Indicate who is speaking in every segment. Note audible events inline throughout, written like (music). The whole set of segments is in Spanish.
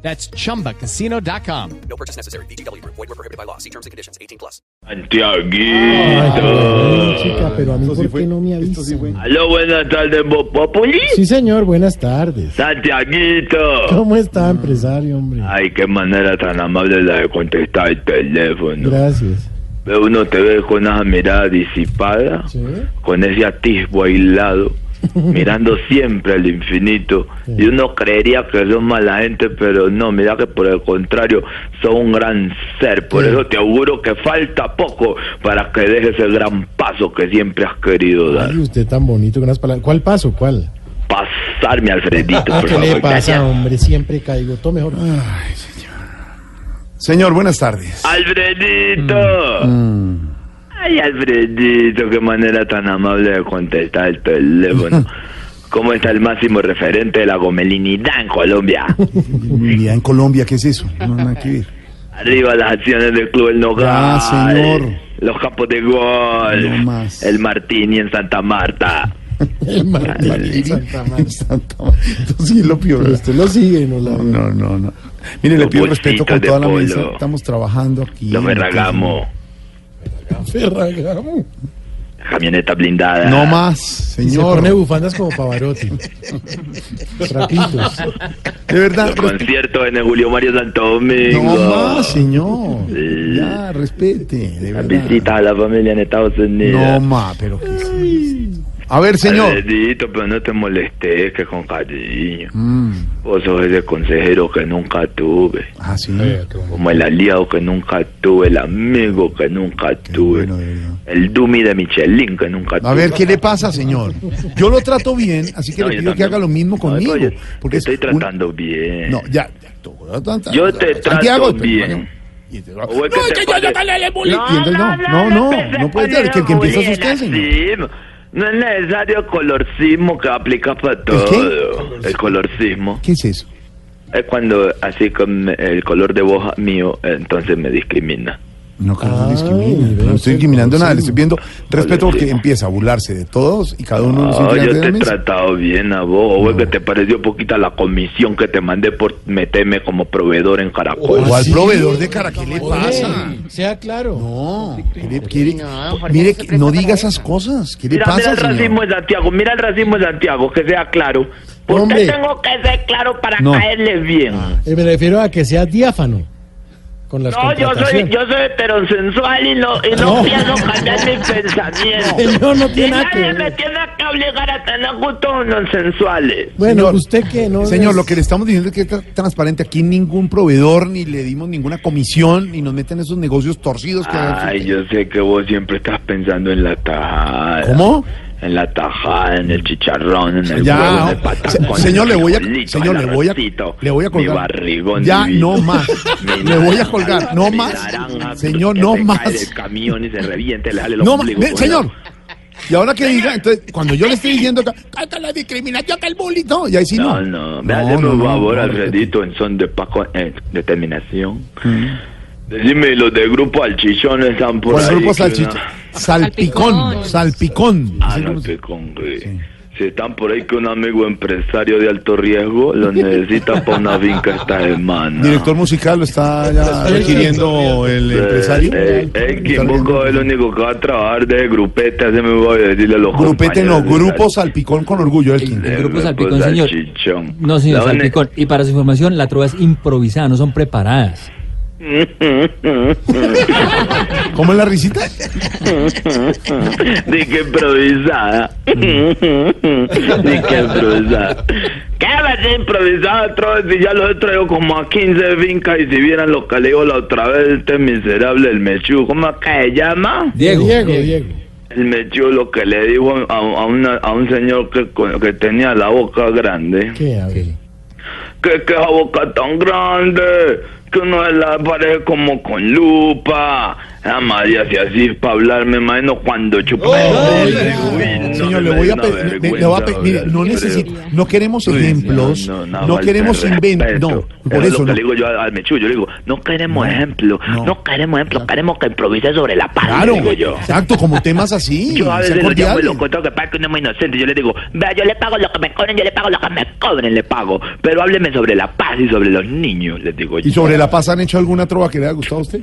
Speaker 1: That's chumbacasino.com.
Speaker 2: No purchase necessary. BGW. Void were prohibited by law. See terms and conditions. 18 plus.
Speaker 3: Santiaguito.
Speaker 4: Ay, Ah, chica, pero a mí por qué no me avisan? Sí,
Speaker 3: Aló, buenas tardes, Voz Populi.
Speaker 4: señor, buenas tardes.
Speaker 3: Santiaguito.
Speaker 4: ¿Cómo está, empresario, hombre?
Speaker 3: Ay, qué manera tan amable la de contestar el teléfono.
Speaker 4: Gracias.
Speaker 3: Pero uno te ve con esa mirada disipada,
Speaker 4: Sí.
Speaker 3: con ese atisbo
Speaker 4: (laughs)
Speaker 3: aislado, mirando siempre al infinito. Y uno creería que son mala gente, pero no, mira que por el contrario, son un gran ser. Por
Speaker 4: Sí.
Speaker 3: eso te auguro que falta poco para que dejes el gran paso que siempre has querido dar.
Speaker 4: Ay, usted tan bonito con las palabras. ¿Cuál paso? ¿Cuál?
Speaker 3: Pasarme, Alfredito,
Speaker 4: Ah,
Speaker 3: por
Speaker 4: ¿Qué le
Speaker 3: favor.
Speaker 4: pasa, hombre? Siempre caigo. Todo mejor.
Speaker 5: Señor, buenas tardes.
Speaker 3: Ah, Alfredito.
Speaker 5: mm.
Speaker 3: Ay, Alfredito, qué manera tan amable de contestar el
Speaker 5: (laughs)
Speaker 3: teléfono. ¿Cómo está el máximo referente de la gomelinidad en
Speaker 5: (laughs)
Speaker 3: Colombia?
Speaker 5: Unidad en Colombia, ¿qué
Speaker 3: (laughs)
Speaker 5: es eso? No, nada que ver.
Speaker 3: Arriba las acciones del Club El Nogal.
Speaker 5: Ya, señor.
Speaker 3: Los campos de golf.
Speaker 5: No más.
Speaker 3: El Martini en Santa Marta.
Speaker 4: (laughs) El Martín Santa María.
Speaker 5: Santa María. Entonces, sí, lo peor. este
Speaker 3: (laughs)
Speaker 4: Usted lo sigue, no la veo.
Speaker 5: No, no, no. Mire, le
Speaker 3: Los
Speaker 5: pido respeto con
Speaker 3: bolsitos de
Speaker 5: toda la
Speaker 3: polo.
Speaker 5: mesa. Estamos trabajando aquí.
Speaker 3: Los Berragamo.
Speaker 4: Ferragamo.
Speaker 3: Camioneta blindada.
Speaker 5: No más,
Speaker 4: Y se pone
Speaker 5: señor.
Speaker 4: bufandas como Pavarotti. Trapitos.
Speaker 5: De verdad.
Speaker 3: Los conciertos en el Julio Mario Santo Domingo.
Speaker 5: No más, señor.
Speaker 3: Sí.
Speaker 5: Ya, respete. De
Speaker 3: Las
Speaker 5: verdad.
Speaker 3: visitas a la familia en Estados Unidos.
Speaker 5: No más, pero que sí. A ver, señor.
Speaker 3: Alfredito, pero no te molestes, que con cariño.
Speaker 5: Mm,
Speaker 3: Vos sos ese consejero que nunca tuve,
Speaker 5: Ah, sí.
Speaker 3: como el aliado que nunca tuve, el amigo que nunca tuve,
Speaker 5: bueno, de verdad.
Speaker 3: el Dumi de Michelin que nunca tuve.
Speaker 5: A ver, ¿qué le pasa, señor? Yo lo trato bien, así que
Speaker 3: No,
Speaker 5: le
Speaker 3: yo
Speaker 5: pido que
Speaker 3: también.
Speaker 5: haga lo mismo
Speaker 3: No,
Speaker 5: conmigo.
Speaker 3: oye,
Speaker 5: porque
Speaker 3: te estoy
Speaker 5: es un-
Speaker 3: tratando bien.
Speaker 5: No, ya. ya, tú, no, tan- tan-
Speaker 3: Eh, Yo te trato
Speaker 5: Santiago,
Speaker 3: bien.
Speaker 5: y te-
Speaker 3: O es que te pare-
Speaker 5: Y entonces no, no, no, no puede ser, que el que empieza es usted, señor.
Speaker 3: Sí, no- No es necesario colorcismo que aplica para todo. El colorcismo.
Speaker 5: ¿Qué es eso?
Speaker 3: Es cuando así con el color de voz mío, entonces me discrimina.
Speaker 5: No, que no
Speaker 4: Ay,
Speaker 5: discrimina.
Speaker 4: veo
Speaker 5: No
Speaker 4: que
Speaker 5: estoy discriminando
Speaker 4: no,
Speaker 5: nada,
Speaker 4: sí.
Speaker 5: le estoy viendo respeto porque
Speaker 3: sí.
Speaker 5: empieza a burlarse de todos y cada uno de los
Speaker 3: Ah,
Speaker 5: integrantes
Speaker 3: yo
Speaker 5: de
Speaker 3: te
Speaker 5: la
Speaker 3: he
Speaker 5: mesa.
Speaker 3: tratado bien a vos. O es que te pareció poquita la comisión que te mandé por meterme como proveedor en Caracol.
Speaker 5: O al
Speaker 4: ¿Sí?
Speaker 5: proveedor de cara, ¿qué le pasa?
Speaker 4: Oye, Eh, Sea claro.
Speaker 5: No, ¿qué le- quiere- mire, que- no diga esas cosas. ¿Qué le
Speaker 3: Mira, mira
Speaker 5: pasa,
Speaker 3: el racismo
Speaker 5: señor?
Speaker 3: de Santiago, mira el racismo de Santiago, que sea claro. Porque
Speaker 4: Hombre.
Speaker 3: tengo que ser claro para
Speaker 5: No.
Speaker 3: caerle bien.
Speaker 4: Eh, me refiero a que sea diáfano. Con las
Speaker 3: No, yo soy,
Speaker 4: contrataciones.
Speaker 3: yo soy heterosensual y no, y no,
Speaker 4: No.
Speaker 3: pienso cambiar
Speaker 4: (laughs)
Speaker 3: mi pensamiento.
Speaker 4: Señor, no
Speaker 3: Y
Speaker 4: tiene nada que
Speaker 3: nadie me
Speaker 4: ver.
Speaker 3: tiene que obligar a tener gustos no sensuales.
Speaker 4: Bueno,
Speaker 5: Señor,
Speaker 4: usted que no.
Speaker 5: Señor,
Speaker 4: es-
Speaker 5: lo que le estamos diciendo es que está transparente. Aquí ningún proveedor, ni le dimos ninguna comisión, ni nos meten esos negocios torcidos que
Speaker 3: Ay, yo sé que vos siempre estás pensando en la tajada.
Speaker 5: ¿Cómo?
Speaker 3: En la tajada, en el chicharrón, en el
Speaker 5: Ya, oh,
Speaker 3: huevo, en el
Speaker 5: se-
Speaker 3: patacón.
Speaker 5: señor,
Speaker 3: en el
Speaker 5: le voy a-
Speaker 3: frijolito,
Speaker 5: señor,
Speaker 3: en el
Speaker 5: le voy a-
Speaker 3: arrocito,
Speaker 5: le voy a colgar.
Speaker 3: Mi barrigón
Speaker 5: Ya,
Speaker 3: divino,
Speaker 5: no más.
Speaker 3: mi
Speaker 5: Le voy a
Speaker 3: naranja,
Speaker 5: colgar, no
Speaker 3: mi
Speaker 5: más.
Speaker 3: naranja,
Speaker 5: Señor,
Speaker 3: que
Speaker 5: no
Speaker 3: se
Speaker 5: más.
Speaker 3: cae del camión y se reviente, le jale el
Speaker 5: No,
Speaker 3: ombligo, pues.
Speaker 5: ve,
Speaker 3: bueno.
Speaker 5: señor. Y ahora que diga, entonces, cuando yo le estoy diciendo que hasta la discriminación, que el bullying, no, y ahí sí no.
Speaker 3: No, no, me hazme
Speaker 5: no,
Speaker 3: un
Speaker 5: no,
Speaker 3: favor,
Speaker 5: no, Mm.
Speaker 3: Alfredito, en son de Paco, en determinación. Decime, los del grupo Alchichón están por
Speaker 5: Por
Speaker 3: ahí.
Speaker 5: el grupo
Speaker 3: que una-
Speaker 5: salchicha. Salpicón, salpicón.
Speaker 3: Ah, no te congre. Si están por ahí que un amigo empresario de alto riesgo los necesita para una finca esta semana.
Speaker 5: Director musical lo está ya adquiriendo el empresario.
Speaker 3: Eh, eh,
Speaker 5: Está
Speaker 3: Kimboco es el único que va a trabajar de grupete, así me voy a decirle a los
Speaker 5: Grupete no,
Speaker 3: compañeros de Eh,
Speaker 5: grupo salpicón con orgullo, Elkin.
Speaker 3: sal- de
Speaker 6: Grupo Salpicón, señor.
Speaker 3: Salchichón.
Speaker 6: No, señor
Speaker 3: La van a-
Speaker 6: Salpicón. Y para su información, la trova es improvisada, no son preparadas.
Speaker 5: ¿Cómo es la risita?
Speaker 3: De que improvisada. De que improvisada. ¿Qué va a ser improvisada otra vez? Si ya lo he traído como a 15 fincas y si vieran lo que le digo la otra vez, este miserable, el mechú, ¿cómo es que se llama?
Speaker 6: Diego.
Speaker 4: Diego, Diego.
Speaker 3: El mechú lo que le digo a, a una- a un señor que, con- que tenía la boca grande.
Speaker 4: ¿Qué? A ver.
Speaker 3: Que, que esa boca tan grande que uno se la parece como con lupa. Ah, María, si así para hablarme, imagino cuando chupa. el dedo. Uy, no,
Speaker 5: Oh, Señor,
Speaker 3: me
Speaker 5: le voy a
Speaker 3: da
Speaker 5: pedir,
Speaker 3: una
Speaker 5: le- le- le
Speaker 3: vergüenza
Speaker 5: voy a pe- mire, no
Speaker 3: hablar,
Speaker 5: necesito,
Speaker 3: creo.
Speaker 5: no queremos
Speaker 3: Uy,
Speaker 5: ejemplos,
Speaker 3: no,
Speaker 5: no,
Speaker 3: no, falta de
Speaker 5: queremos inventos,
Speaker 3: respeto.
Speaker 5: no, por
Speaker 3: Era
Speaker 5: eso
Speaker 3: lo que
Speaker 5: no.
Speaker 3: le digo yo a- al Mechu, yo le digo, no queremos ejemplo, no,
Speaker 5: no.
Speaker 3: queremos ejemplo, queremos que improvise sobre la paz,
Speaker 5: Claro,
Speaker 3: digo yo.
Speaker 5: exacto, como temas
Speaker 3: (laughs)
Speaker 5: así.
Speaker 3: Yo a
Speaker 5: sea
Speaker 3: veces lo
Speaker 5: cordial.
Speaker 3: llamo y lo encuentro que parece que uno es muy inocente. Yo le digo, vea, yo le pago lo que me cobren, yo le pago lo que me cobren, le pago. Pero hábleme sobre la paz y sobre los niños, les digo yo.
Speaker 5: ¿Y sobre la paz han hecho alguna trova que le haya gustado a usted?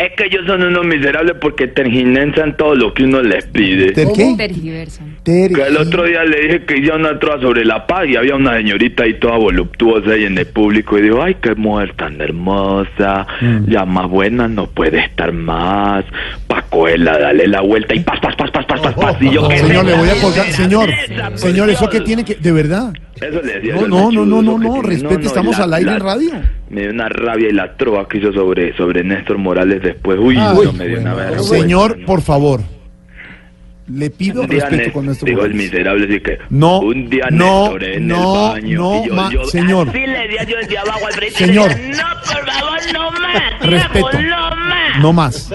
Speaker 3: Es que ellos son unos miserables porque terginersan todo lo que uno les pide.
Speaker 5: ¿Ter qué?
Speaker 7: Tergiversan.
Speaker 5: Ter-
Speaker 3: Que el otro día le dije que hice una trova sobre la paz y había una señorita ahí toda voluptuosa y en el público y dijo, ay, qué mujer tan hermosa,
Speaker 5: Mm.
Speaker 3: la más buena no puede estar más, pa' cogerla, dale la vuelta y pas, pas, pas, pas, pas, pas, pas. Y yo, ¿qué es
Speaker 5: Señor, le voy a
Speaker 3: esa
Speaker 5: colgar.
Speaker 3: miseria?
Speaker 5: Señor,
Speaker 3: Esa, por
Speaker 5: señor, ¿eso
Speaker 3: Dios.
Speaker 5: qué tiene que.? De verdad.
Speaker 3: Eso le decía
Speaker 5: No,
Speaker 3: yo al
Speaker 5: no,
Speaker 3: machudo,
Speaker 5: no, no,
Speaker 3: eso que
Speaker 5: no,
Speaker 3: tiene-
Speaker 5: respete, estamos al aire en radio.
Speaker 3: Me dio una rabia y la trova que hizo sobre, sobre Néstor Morales después. Uy,
Speaker 5: Ay,
Speaker 3: no me dio una
Speaker 5: Ah, bueno,
Speaker 3: vergüenza,
Speaker 5: Señor,
Speaker 3: ¿no?
Speaker 5: por favor. Le pido
Speaker 3: Un día
Speaker 5: respeto
Speaker 3: Nés-
Speaker 5: con nuestro
Speaker 3: digo, el
Speaker 5: país.
Speaker 3: miserable así que
Speaker 5: No,
Speaker 3: un día
Speaker 5: no,
Speaker 3: Néstor en
Speaker 5: no,
Speaker 3: el baño
Speaker 5: no,
Speaker 3: y yo-
Speaker 5: ma-
Speaker 3: yo-
Speaker 5: señor.
Speaker 3: así le di a yo el día abajo al frente y
Speaker 5: Señor.
Speaker 3: le dije, no por favor no más tía,
Speaker 5: Respeto.
Speaker 3: pues, no más
Speaker 5: No más.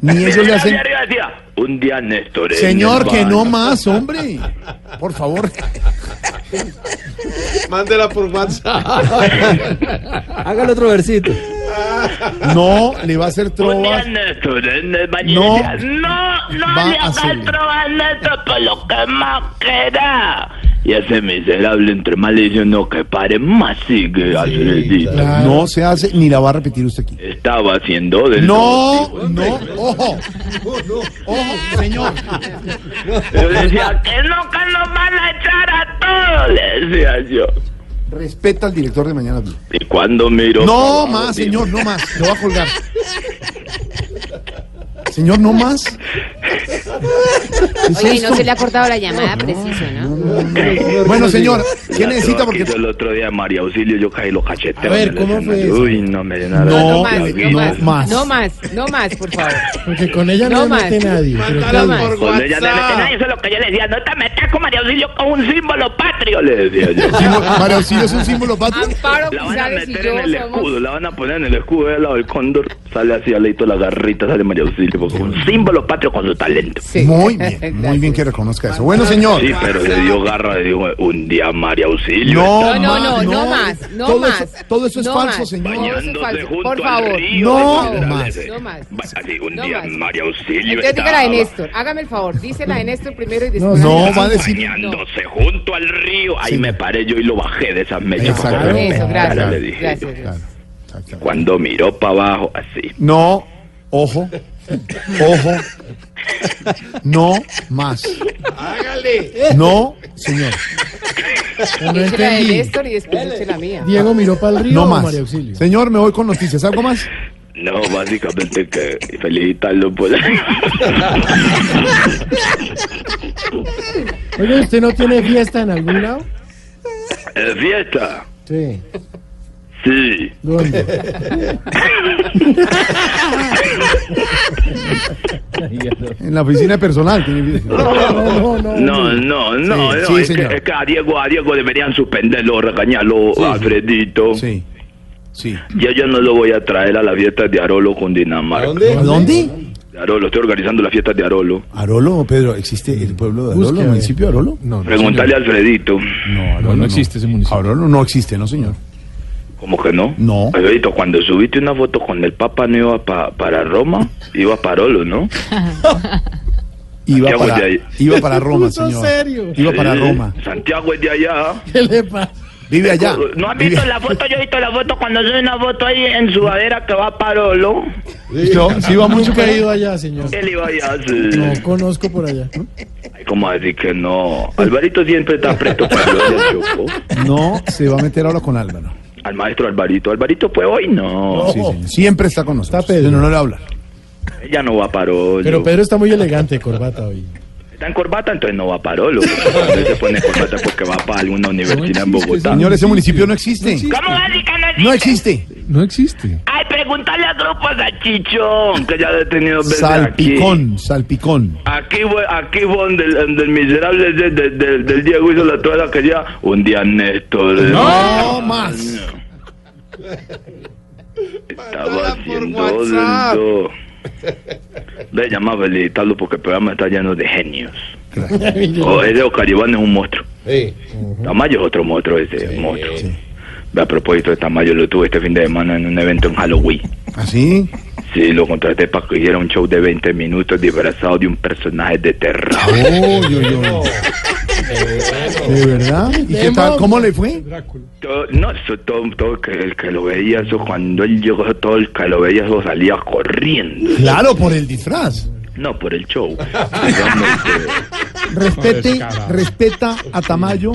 Speaker 5: Ni ellos le hacen.
Speaker 3: Miserable arriba decía, un día Néstor en
Speaker 5: Señor,
Speaker 3: el
Speaker 5: que
Speaker 3: baño".
Speaker 5: no más, hombre. (laughs) Por favor.
Speaker 8: Mándela por WhatsApp.
Speaker 6: Hágale otro versito.
Speaker 5: No le va a hacer
Speaker 3: un día
Speaker 5: trovas.
Speaker 3: Néstor en el baño y
Speaker 5: No.
Speaker 3: decía, no, no
Speaker 5: Va
Speaker 3: le
Speaker 5: a
Speaker 3: hagas
Speaker 5: hacerlo.
Speaker 3: trovas a Néstor por lo que más queda y ese miserable entre más le dice no que pare más sigue así le dice.
Speaker 5: No se hace, ni la va a repetir usted aquí.
Speaker 3: estaba haciendo del
Speaker 5: No, no, ojo. Ojo, señor.
Speaker 3: Yo le decía, que nunca nos van a echar a todos, le decía yo.
Speaker 5: Respeta al director de Mañana Blue.
Speaker 3: Y cuando miro...
Speaker 5: No más, señor, no más. Lo va a colgar. Señor, no más. ¿Qué es
Speaker 7: Oye, y no
Speaker 5: esto?
Speaker 7: se le ha cortado la llamada preciso, ¿no?
Speaker 5: Bueno, señor, ¿qué necesita? Porque
Speaker 3: el otro día María Auxilio yo caí los cacheteos.
Speaker 4: A ver,
Speaker 3: me
Speaker 4: ¿cómo
Speaker 3: lesioné.
Speaker 4: fue eso?
Speaker 3: Uy, no me dio nada.
Speaker 5: No,
Speaker 7: más,
Speaker 5: no
Speaker 7: no más,
Speaker 5: más.
Speaker 7: no más, no más, por
Speaker 5: (laughs)
Speaker 7: favor.
Speaker 4: Porque con ella no,
Speaker 7: No
Speaker 4: le
Speaker 7: más.
Speaker 4: mete nadie. pero
Speaker 8: Mándala
Speaker 4: claro.
Speaker 8: por
Speaker 3: Cuando ella se mete,
Speaker 8: WhatsApp.
Speaker 3: nadie, eso es lo que yo le decía, no te metas con María Auxilio con un símbolo patrio, le decía yo.
Speaker 5: Símbolo- María Auxilio es un símbolo patrio.
Speaker 7: Amparo
Speaker 3: La van a
Speaker 7: Pizares y
Speaker 3: meter en
Speaker 7: yo
Speaker 3: el
Speaker 7: somos...
Speaker 3: escudo, la van a poner en el escudo del lado del cóndor. Sale así al leito la garrita, sale María Auxilio, pues, con un símbolo patrio con su talento.
Speaker 7: (laughs) Sí.
Speaker 5: Muy bien, muy bien que reconozca eso. Bueno, señor.
Speaker 3: Sí, pero le dio garra, le digo, un día María Auxilio.
Speaker 5: No,
Speaker 7: No, no, no, no
Speaker 5: más,
Speaker 7: más, no
Speaker 5: todo
Speaker 7: más.
Speaker 5: Eso, todo eso es
Speaker 7: No
Speaker 5: falso,
Speaker 7: más.
Speaker 5: señor.
Speaker 7: No, eso es
Speaker 3: Bañándose
Speaker 7: falso.
Speaker 3: junto
Speaker 7: Por
Speaker 3: al
Speaker 7: favor.
Speaker 3: río
Speaker 5: No
Speaker 3: de Guadalajara.
Speaker 5: más.
Speaker 7: No más.
Speaker 3: Va- así, un
Speaker 7: No
Speaker 3: día
Speaker 7: más.
Speaker 3: María Auxilio
Speaker 7: Entonces diga la de
Speaker 3: estaba
Speaker 7: Néstor, hágame el favor, dice la de Néstor primero y después...
Speaker 5: No,
Speaker 7: la de-
Speaker 5: va a decir.
Speaker 3: bañándose junto al río. Ahí me paré yo y lo bajé de esas mechas.
Speaker 5: Exacto.
Speaker 3: para poder
Speaker 7: Eso,
Speaker 3: pescar,
Speaker 7: gracias,
Speaker 3: le dije yo.
Speaker 7: gracias, gracias.
Speaker 3: Cuando miró para abajo, así.
Speaker 5: No, ojo, ojo. No más.
Speaker 8: Hágale.
Speaker 5: No, señor.
Speaker 4: No
Speaker 7: Dice la de
Speaker 4: entendí.
Speaker 7: Néstor y después dice la mía.
Speaker 4: Diego miró para el río
Speaker 5: No
Speaker 4: o
Speaker 5: más.
Speaker 4: María Auxilio.
Speaker 5: Señor, me voy con noticias. ¿Algo más?
Speaker 3: No, básicamente que felicitarlo por (laughs)
Speaker 4: Oye, ¿usted no tiene fiesta en algún lado?
Speaker 3: ¿Es Eh, fiesta.
Speaker 4: Sí.
Speaker 3: Sí.
Speaker 4: ¿Dónde?
Speaker 5: En la oficina de personal. tiene-
Speaker 4: No, no,
Speaker 3: No, no, no,
Speaker 5: Sí,
Speaker 3: no,
Speaker 5: sí,
Speaker 3: es, que,
Speaker 5: señor.
Speaker 3: es que a Diego, a Diego deberían suspenderlo, regañarlo, a Alfredito.
Speaker 5: Sí, sí.
Speaker 3: Yo ya no lo voy a traer a la fiesta de Arolo con
Speaker 8: ¿A
Speaker 3: Dinamarca.
Speaker 8: dónde?
Speaker 5: ¿A dónde?
Speaker 3: De Arolo, estoy organizando la fiesta de Arolo.
Speaker 5: Arolo, Pedro, ¿existe el pueblo de
Speaker 4: Busque,
Speaker 5: Arolo,
Speaker 4: a
Speaker 5: el
Speaker 4: ver.
Speaker 5: municipio de Arolo?
Speaker 4: No, no.
Speaker 3: Preguntarle a Alfredito.
Speaker 5: No, Arolo
Speaker 9: no existe ese municipio.
Speaker 5: Arolo no existe, no, señor.
Speaker 3: ¿Cómo que no?
Speaker 5: No.
Speaker 3: Alfredito, cuando subiste una foto con el Papa no iba pa- para Roma, iba para Arolo, ¿no?
Speaker 5: Iba
Speaker 3: ¿Qué hago
Speaker 5: para,
Speaker 3: de ahí?
Speaker 5: iba para Roma,
Speaker 4: puso
Speaker 5: señor.
Speaker 4: serio.
Speaker 5: Iba para
Speaker 3: Sí,
Speaker 5: Roma.
Speaker 3: Eh, Santiago es de allá.
Speaker 4: ¿Qué le pasa?
Speaker 5: Vive allá.
Speaker 3: ¿No has
Speaker 5: Vive-
Speaker 3: visto la foto? Yo he visto la foto cuando soy una foto ahí en sudadera que va para Arolo.
Speaker 5: No, sí, va mucho
Speaker 4: Nunca
Speaker 5: para
Speaker 4: he ido allá, señor.
Speaker 3: Él iba allá, sí.
Speaker 4: No conozco por allá.
Speaker 3: Ay, ¿Cómo así que no? Alvarito siempre está presto para lo del grupo.
Speaker 5: No se va a meter ahora con Álvaro.
Speaker 3: Al maestro Alvarito. Alvarito, pues hoy no.
Speaker 5: Sí, señor. Oh, Siempre está con nosotros.
Speaker 4: Está Pedro.
Speaker 5: Pero no le habla.
Speaker 3: Ella no va para Arolo.
Speaker 4: Pero Pedro está muy elegante de corbata hoy.
Speaker 3: Está en corbata, entonces no va para
Speaker 5: (laughs)
Speaker 3: Olo. No se pone corbata porque va para alguna universidad en Bogotá.
Speaker 5: Señor, ese municipio no existe.
Speaker 3: ¿Cómo va a decir que no
Speaker 5: No
Speaker 3: existe?
Speaker 5: existe.
Speaker 9: No existe.
Speaker 3: Ay, preguntarle a grupos a Chichón, que ya lo he tenido veces aquí.
Speaker 5: Salpicón, salpicón.
Speaker 3: Aquí fue, aquí fue donde el donde el miserable ese de- de- del Diego hizo la toalla que ya un día Néstor.
Speaker 5: No más.
Speaker 3: Estaba
Speaker 8: Mándala por
Speaker 3: haciendo
Speaker 8: WhatsApp.
Speaker 3: lento. Le llama a felicitarlo porque el programa está lleno de genios. O ese Ocaribán es un monstruo.
Speaker 8: Sí.
Speaker 3: Tamayo es otro monstruo ese, monstruo. A propósito de Tamayo, lo tuve este fin de semana en un evento en Halloween.
Speaker 5: ¿Así?
Speaker 3: Sí, lo contraté para que hiciera un show de 20 minutos disfrazado de un personaje de terror.
Speaker 5: (laughs) Uy, uy, uy. ¿De verdad? ¿Y qué tal? ¿Cómo le fue?
Speaker 3: Todo- no, eso todo, todo que, el que lo veía, eso cuando él llegó, eso todo el que lo veía, eso salía corriendo.
Speaker 5: Claro, por el disfraz.
Speaker 3: No, por el
Speaker 5: (laughs)
Speaker 3: show. Realmente.
Speaker 5: Respete, respeta a Tamayo,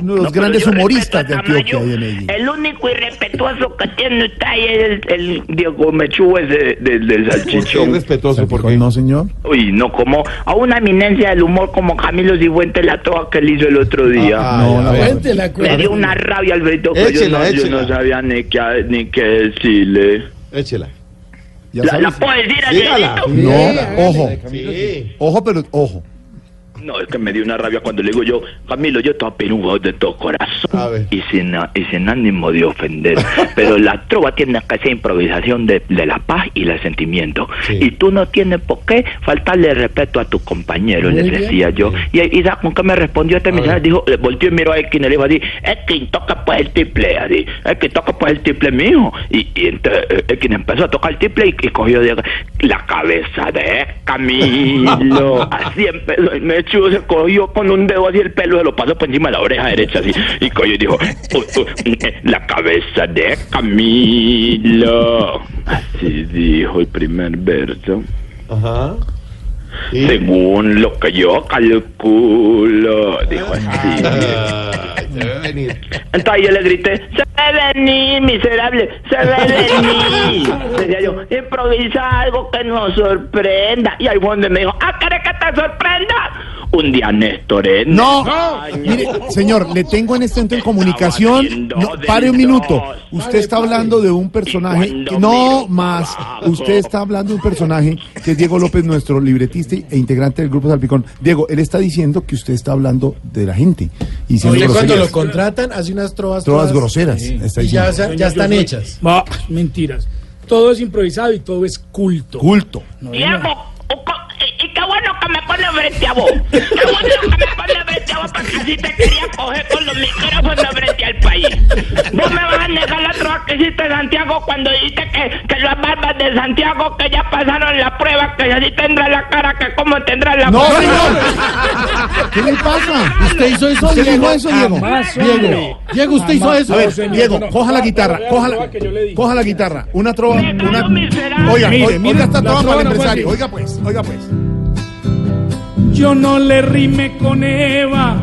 Speaker 5: uno de
Speaker 3: No,
Speaker 5: los
Speaker 3: pero
Speaker 5: grandes
Speaker 3: yo
Speaker 5: humoristas de
Speaker 3: respeto a
Speaker 5: Antioquia y de
Speaker 3: Tamayo.
Speaker 5: Medellín.
Speaker 3: El único irrespetuoso que tiene usted ahí es el, el Diego Mechú ese del,
Speaker 5: (laughs)
Speaker 3: del salchichón.
Speaker 8: respetuoso,
Speaker 5: ¿Por no, señor?
Speaker 3: Uy, no, como a una eminencia del humor como Camilo Cifuentes la toa que él hizo el otro día.
Speaker 5: No, la verdad.
Speaker 4: Cuéntela,
Speaker 3: Me dio
Speaker 4: cuéntela.
Speaker 3: una rabia Alberto que yo no,
Speaker 8: Échela,
Speaker 3: yo no
Speaker 8: échela.
Speaker 3: sabía ni qué, ni qué decirle.
Speaker 8: Échela.
Speaker 5: Ya
Speaker 3: ¿La,
Speaker 5: sabes.
Speaker 3: la puedo decir
Speaker 8: Dígala.
Speaker 3: Alfredito?
Speaker 5: No, ojo,
Speaker 8: Sí.
Speaker 5: ojo, pero ojo.
Speaker 3: No, es que me dio una rabia cuando le digo yo, Camilo, yo te apelo un jugador de todo
Speaker 8: A ver.
Speaker 3: corazón y sin, a- y sin ánimo de
Speaker 8: (laughs)
Speaker 3: ofender. Pero la trova tiene que ser improvisación de, de la paz y el sentimiento.
Speaker 8: Sí.
Speaker 3: Y tú no tienes por qué faltarle respeto a tu compañero, le decía yo. Y, y ¿sabes con qué me respondió este mensaje? Dijo, le volteó y miró a Elkin y le dijo así, es que toca pues el triple, así, es que toca pues el triple mijo. Y, y entonces eh, Elkin empezó a tocar el triple y, y cogió de- la cabeza de Camilo. así empezó, y Mechu se cogió con un dedo así el pelo, se lo pasó por encima de la oreja derecha así. Y cogió y dijo, "Uh, uh, eh, la cabeza de Camilo. Así dijo el primer verso.
Speaker 8: Ajá. Sí.
Speaker 3: Según lo que yo calculo, dijo así.
Speaker 8: Ah, debe venir.
Speaker 3: Entonces yo le grité, se ve venir, miserable, se ve
Speaker 8: (laughs)
Speaker 3: venir. Decía yo, improvisa algo que nos sorprenda. Y ahí fue donde me dijo, ah, ¿querés que te sorprenda? Un día Néstor ¿eh?
Speaker 5: No, mire, señor, le tengo en este momento en comunicación. No, pare un minuto. Usted está hablando de un personaje, que- no más. Usted está hablando de un personaje que es Diego López, nuestro libretista e integrante del grupo Salpicón. Diego, él está diciendo que usted está hablando de la gente. Y diciendo
Speaker 4: Oye, cuando lo
Speaker 5: groserías,
Speaker 4: contratan, hace unas trovas. eh,
Speaker 5: todas groseras. está
Speaker 4: Y ya,
Speaker 5: diciendo.
Speaker 4: se- ya están hechas.
Speaker 9: Bah, mentiras. Todo es improvisado y todo es culto.
Speaker 5: Culto.
Speaker 3: Diego, u- co- y, y qué bueno que me pone frente a vos. Qué bueno que me pone frente a vos porque así te quería coger con los micrófonos frente al país. Vos me vas a negar la trova que hiciste Santiago cuando dijiste que, que las barbas de Santiago que ya pasaron la prueba, que así tendrá la cara, que cómo tendrá la
Speaker 5: No,
Speaker 3: prueba.
Speaker 5: (laughs) señor. ¿Qué le pasa? Usted hizo eso, ¿Usted dijo eso, Diego.
Speaker 9: Jamás,
Speaker 5: Diego,
Speaker 9: hombre.
Speaker 5: Diego, usted hizo
Speaker 9: Jamás.
Speaker 5: eso.
Speaker 9: No,
Speaker 5: A ver,
Speaker 9: señor,
Speaker 5: Diego,
Speaker 9: no.
Speaker 5: coja la
Speaker 9: Vea,
Speaker 5: guitarra,
Speaker 9: vea la
Speaker 5: coja la,
Speaker 9: trova que yo le dije.
Speaker 5: coja la guitarra. Una trova, una.
Speaker 3: Negado miserable.
Speaker 5: Oiga,
Speaker 9: Mire,
Speaker 5: oiga,
Speaker 9: mire,
Speaker 5: oiga esta
Speaker 9: la
Speaker 5: trova para
Speaker 9: trova
Speaker 5: el
Speaker 9: no fue
Speaker 5: empresario.
Speaker 9: así.
Speaker 5: Oiga pues, oiga pues.
Speaker 9: Yo no le rime con Eva,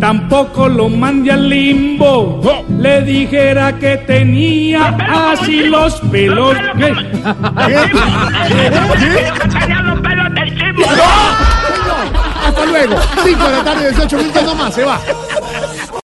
Speaker 9: tampoco lo mandé al limbo. Le dijera que tenía así Ah, los pelos.
Speaker 3: (laughs)
Speaker 9: ¿Qué? (laughs)
Speaker 5: Hasta luego. 5 de la tarde, 18 minutos nomás, se va.